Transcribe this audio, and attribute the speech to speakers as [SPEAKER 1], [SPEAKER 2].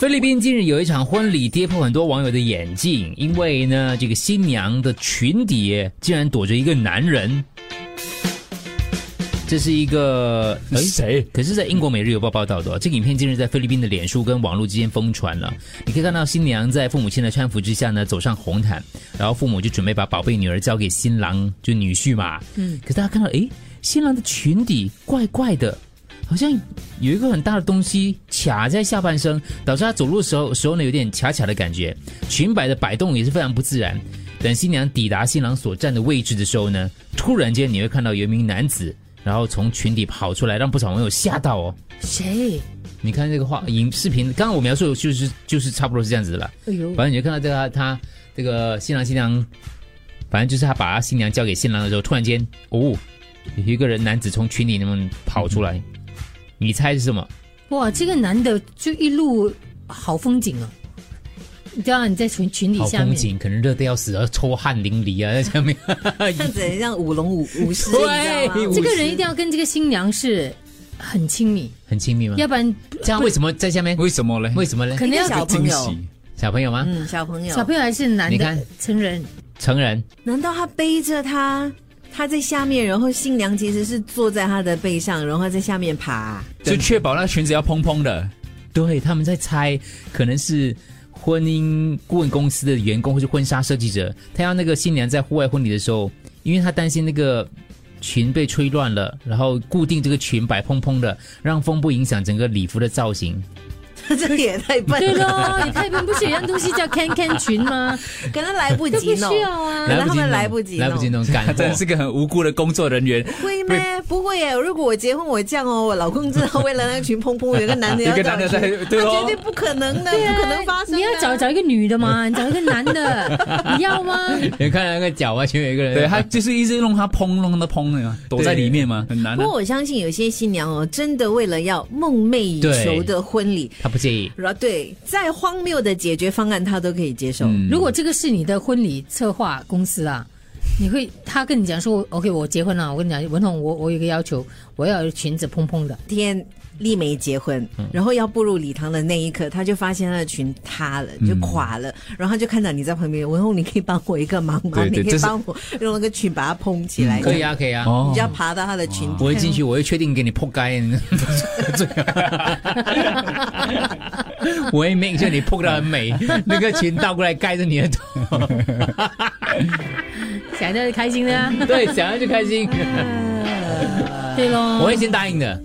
[SPEAKER 1] 菲律宾近日有一场婚礼跌破很多网友的眼镜，因为呢，这个新娘的裙底竟然躲着一个男人。这是一个
[SPEAKER 2] 你谁
[SPEAKER 1] 可是，在英国《每日邮报》报道的哦这个影片，近日在菲律宾的脸书跟网络之间疯传了。你可以看到新娘在父母亲的搀扶之下呢，走上红毯，然后父母就准备把宝贝女儿交给新郎，就女婿嘛。嗯。可是大家看到，诶，新郎的裙底怪怪的，好像有一个很大的东西卡在下半身，导致她走路的时候时候呢有点卡卡的感觉，裙摆的摆动也是非常不自然。等新娘抵达新郎所站的位置的时候呢，突然间你会看到有一名男子，然后从裙底跑出来，让不少网友吓到哦。
[SPEAKER 3] 谁？
[SPEAKER 1] 你看这个画影视频，刚刚我描述的就是就是差不多是这样子的了。
[SPEAKER 3] 哎呦，
[SPEAKER 1] 反正你就看到这个他这个新郎新娘，反正就是他把他新娘交给新郎的时候，突然间哦，有一个人男子从群里面跑出来，你猜是什么？
[SPEAKER 3] 哇，这个男的就一路好风景啊！你知道你在群群里
[SPEAKER 1] 好
[SPEAKER 3] 下
[SPEAKER 1] 风
[SPEAKER 3] 面，
[SPEAKER 1] 景，可能热得要死，然后抽汗淋漓啊，在下面。
[SPEAKER 4] 这样子很像舞龙舞舞狮，
[SPEAKER 1] 对
[SPEAKER 4] 你知道吗
[SPEAKER 3] 这个人一定要跟这个新娘是很亲密，
[SPEAKER 1] 很亲密吗？
[SPEAKER 3] 要不然
[SPEAKER 1] 嗯这样为什么在下面？
[SPEAKER 2] 为什么嘞？
[SPEAKER 1] 为什么呢？
[SPEAKER 3] 可能要
[SPEAKER 4] 一个小朋
[SPEAKER 2] 惊
[SPEAKER 4] 友
[SPEAKER 2] 喜，
[SPEAKER 1] 小朋友吗？
[SPEAKER 4] 嗯，小朋友，
[SPEAKER 3] 小朋友还是男
[SPEAKER 1] 你看
[SPEAKER 3] 的 成人，
[SPEAKER 1] 成人
[SPEAKER 4] 难道他背着他？他在下面，然后新娘其实是坐在他的背上，然后在下面爬、
[SPEAKER 2] 就确保那裙子要蓬蓬的。
[SPEAKER 1] 对，他们在猜，可能是婚姻顾问公司的员工或是婚纱设计者，他要那个新娘在户外婚礼的时候，因为他担心那个裙被吹乱了，然后固定这个裙摆蓬蓬的，让风不影响整个礼服的造型。
[SPEAKER 4] 这个也太笨
[SPEAKER 3] 对
[SPEAKER 4] 了，
[SPEAKER 3] 咯，你看一般不是有一样东西叫 can can 群吗？
[SPEAKER 4] 可能来不
[SPEAKER 3] 这
[SPEAKER 4] 及
[SPEAKER 3] 不
[SPEAKER 4] 弄
[SPEAKER 3] 需，要啊，
[SPEAKER 4] 来不及弄
[SPEAKER 1] 来不及弄，干
[SPEAKER 2] 他 真
[SPEAKER 1] 货
[SPEAKER 2] 的是个很无辜的工作人员，
[SPEAKER 4] 会咩？不会耶！如果我结婚，我这样哦，我老公知道为了那群蓬蓬，有个男的
[SPEAKER 2] 一
[SPEAKER 4] 要
[SPEAKER 2] 个
[SPEAKER 4] 叫
[SPEAKER 2] 男的
[SPEAKER 4] 我
[SPEAKER 2] 在
[SPEAKER 4] 去
[SPEAKER 2] 对
[SPEAKER 4] 他
[SPEAKER 2] 哦
[SPEAKER 4] 绝，对不可能的，
[SPEAKER 3] 对啊
[SPEAKER 4] 不可能发生的。
[SPEAKER 3] 你要找找一个女的嘛，你找一个男 的，你要吗？
[SPEAKER 1] 你看那个脚啊，前面有一个人，
[SPEAKER 2] 对他就是一直弄他蓬，弄他蓬的嘛，躲在里面嘛，很难啊
[SPEAKER 4] 不
[SPEAKER 2] 的
[SPEAKER 4] 过。我相信有些新娘哦，真的为了要梦寐以求的婚礼，
[SPEAKER 1] 他不介意。
[SPEAKER 4] 然后对再荒谬的解决方案，她都可以接受。
[SPEAKER 2] 嗯
[SPEAKER 3] 如果这个是你的婚礼策划公司啊，你会他跟你讲说，OK，我结婚了，我跟你讲，文宏，我我有一个要求，我要裙子蓬蓬的，
[SPEAKER 4] 天丽梅结婚，
[SPEAKER 2] 嗯
[SPEAKER 4] 然后要步入礼堂的那一刻，她就发现她的裙塌了，就垮了，然后她就看到你在旁边，文宏，你可以帮我一个忙吗？
[SPEAKER 2] 嗯对对
[SPEAKER 4] 你可
[SPEAKER 2] 这
[SPEAKER 4] 以
[SPEAKER 2] 是
[SPEAKER 4] 帮我用那个裙把它蓬起来，
[SPEAKER 1] 可以
[SPEAKER 4] 啊，
[SPEAKER 1] 啊，可以啊。
[SPEAKER 2] 哦
[SPEAKER 4] 你就要爬到她的裙底。
[SPEAKER 1] 我一进去，我会确定给你破街，最好我会 make sure 你破得很美，那个裙倒过来盖着你的头，
[SPEAKER 3] 想到就开心的、啊，
[SPEAKER 1] 对，想要就开 心，
[SPEAKER 3] 对喽。
[SPEAKER 1] 我会先答应的。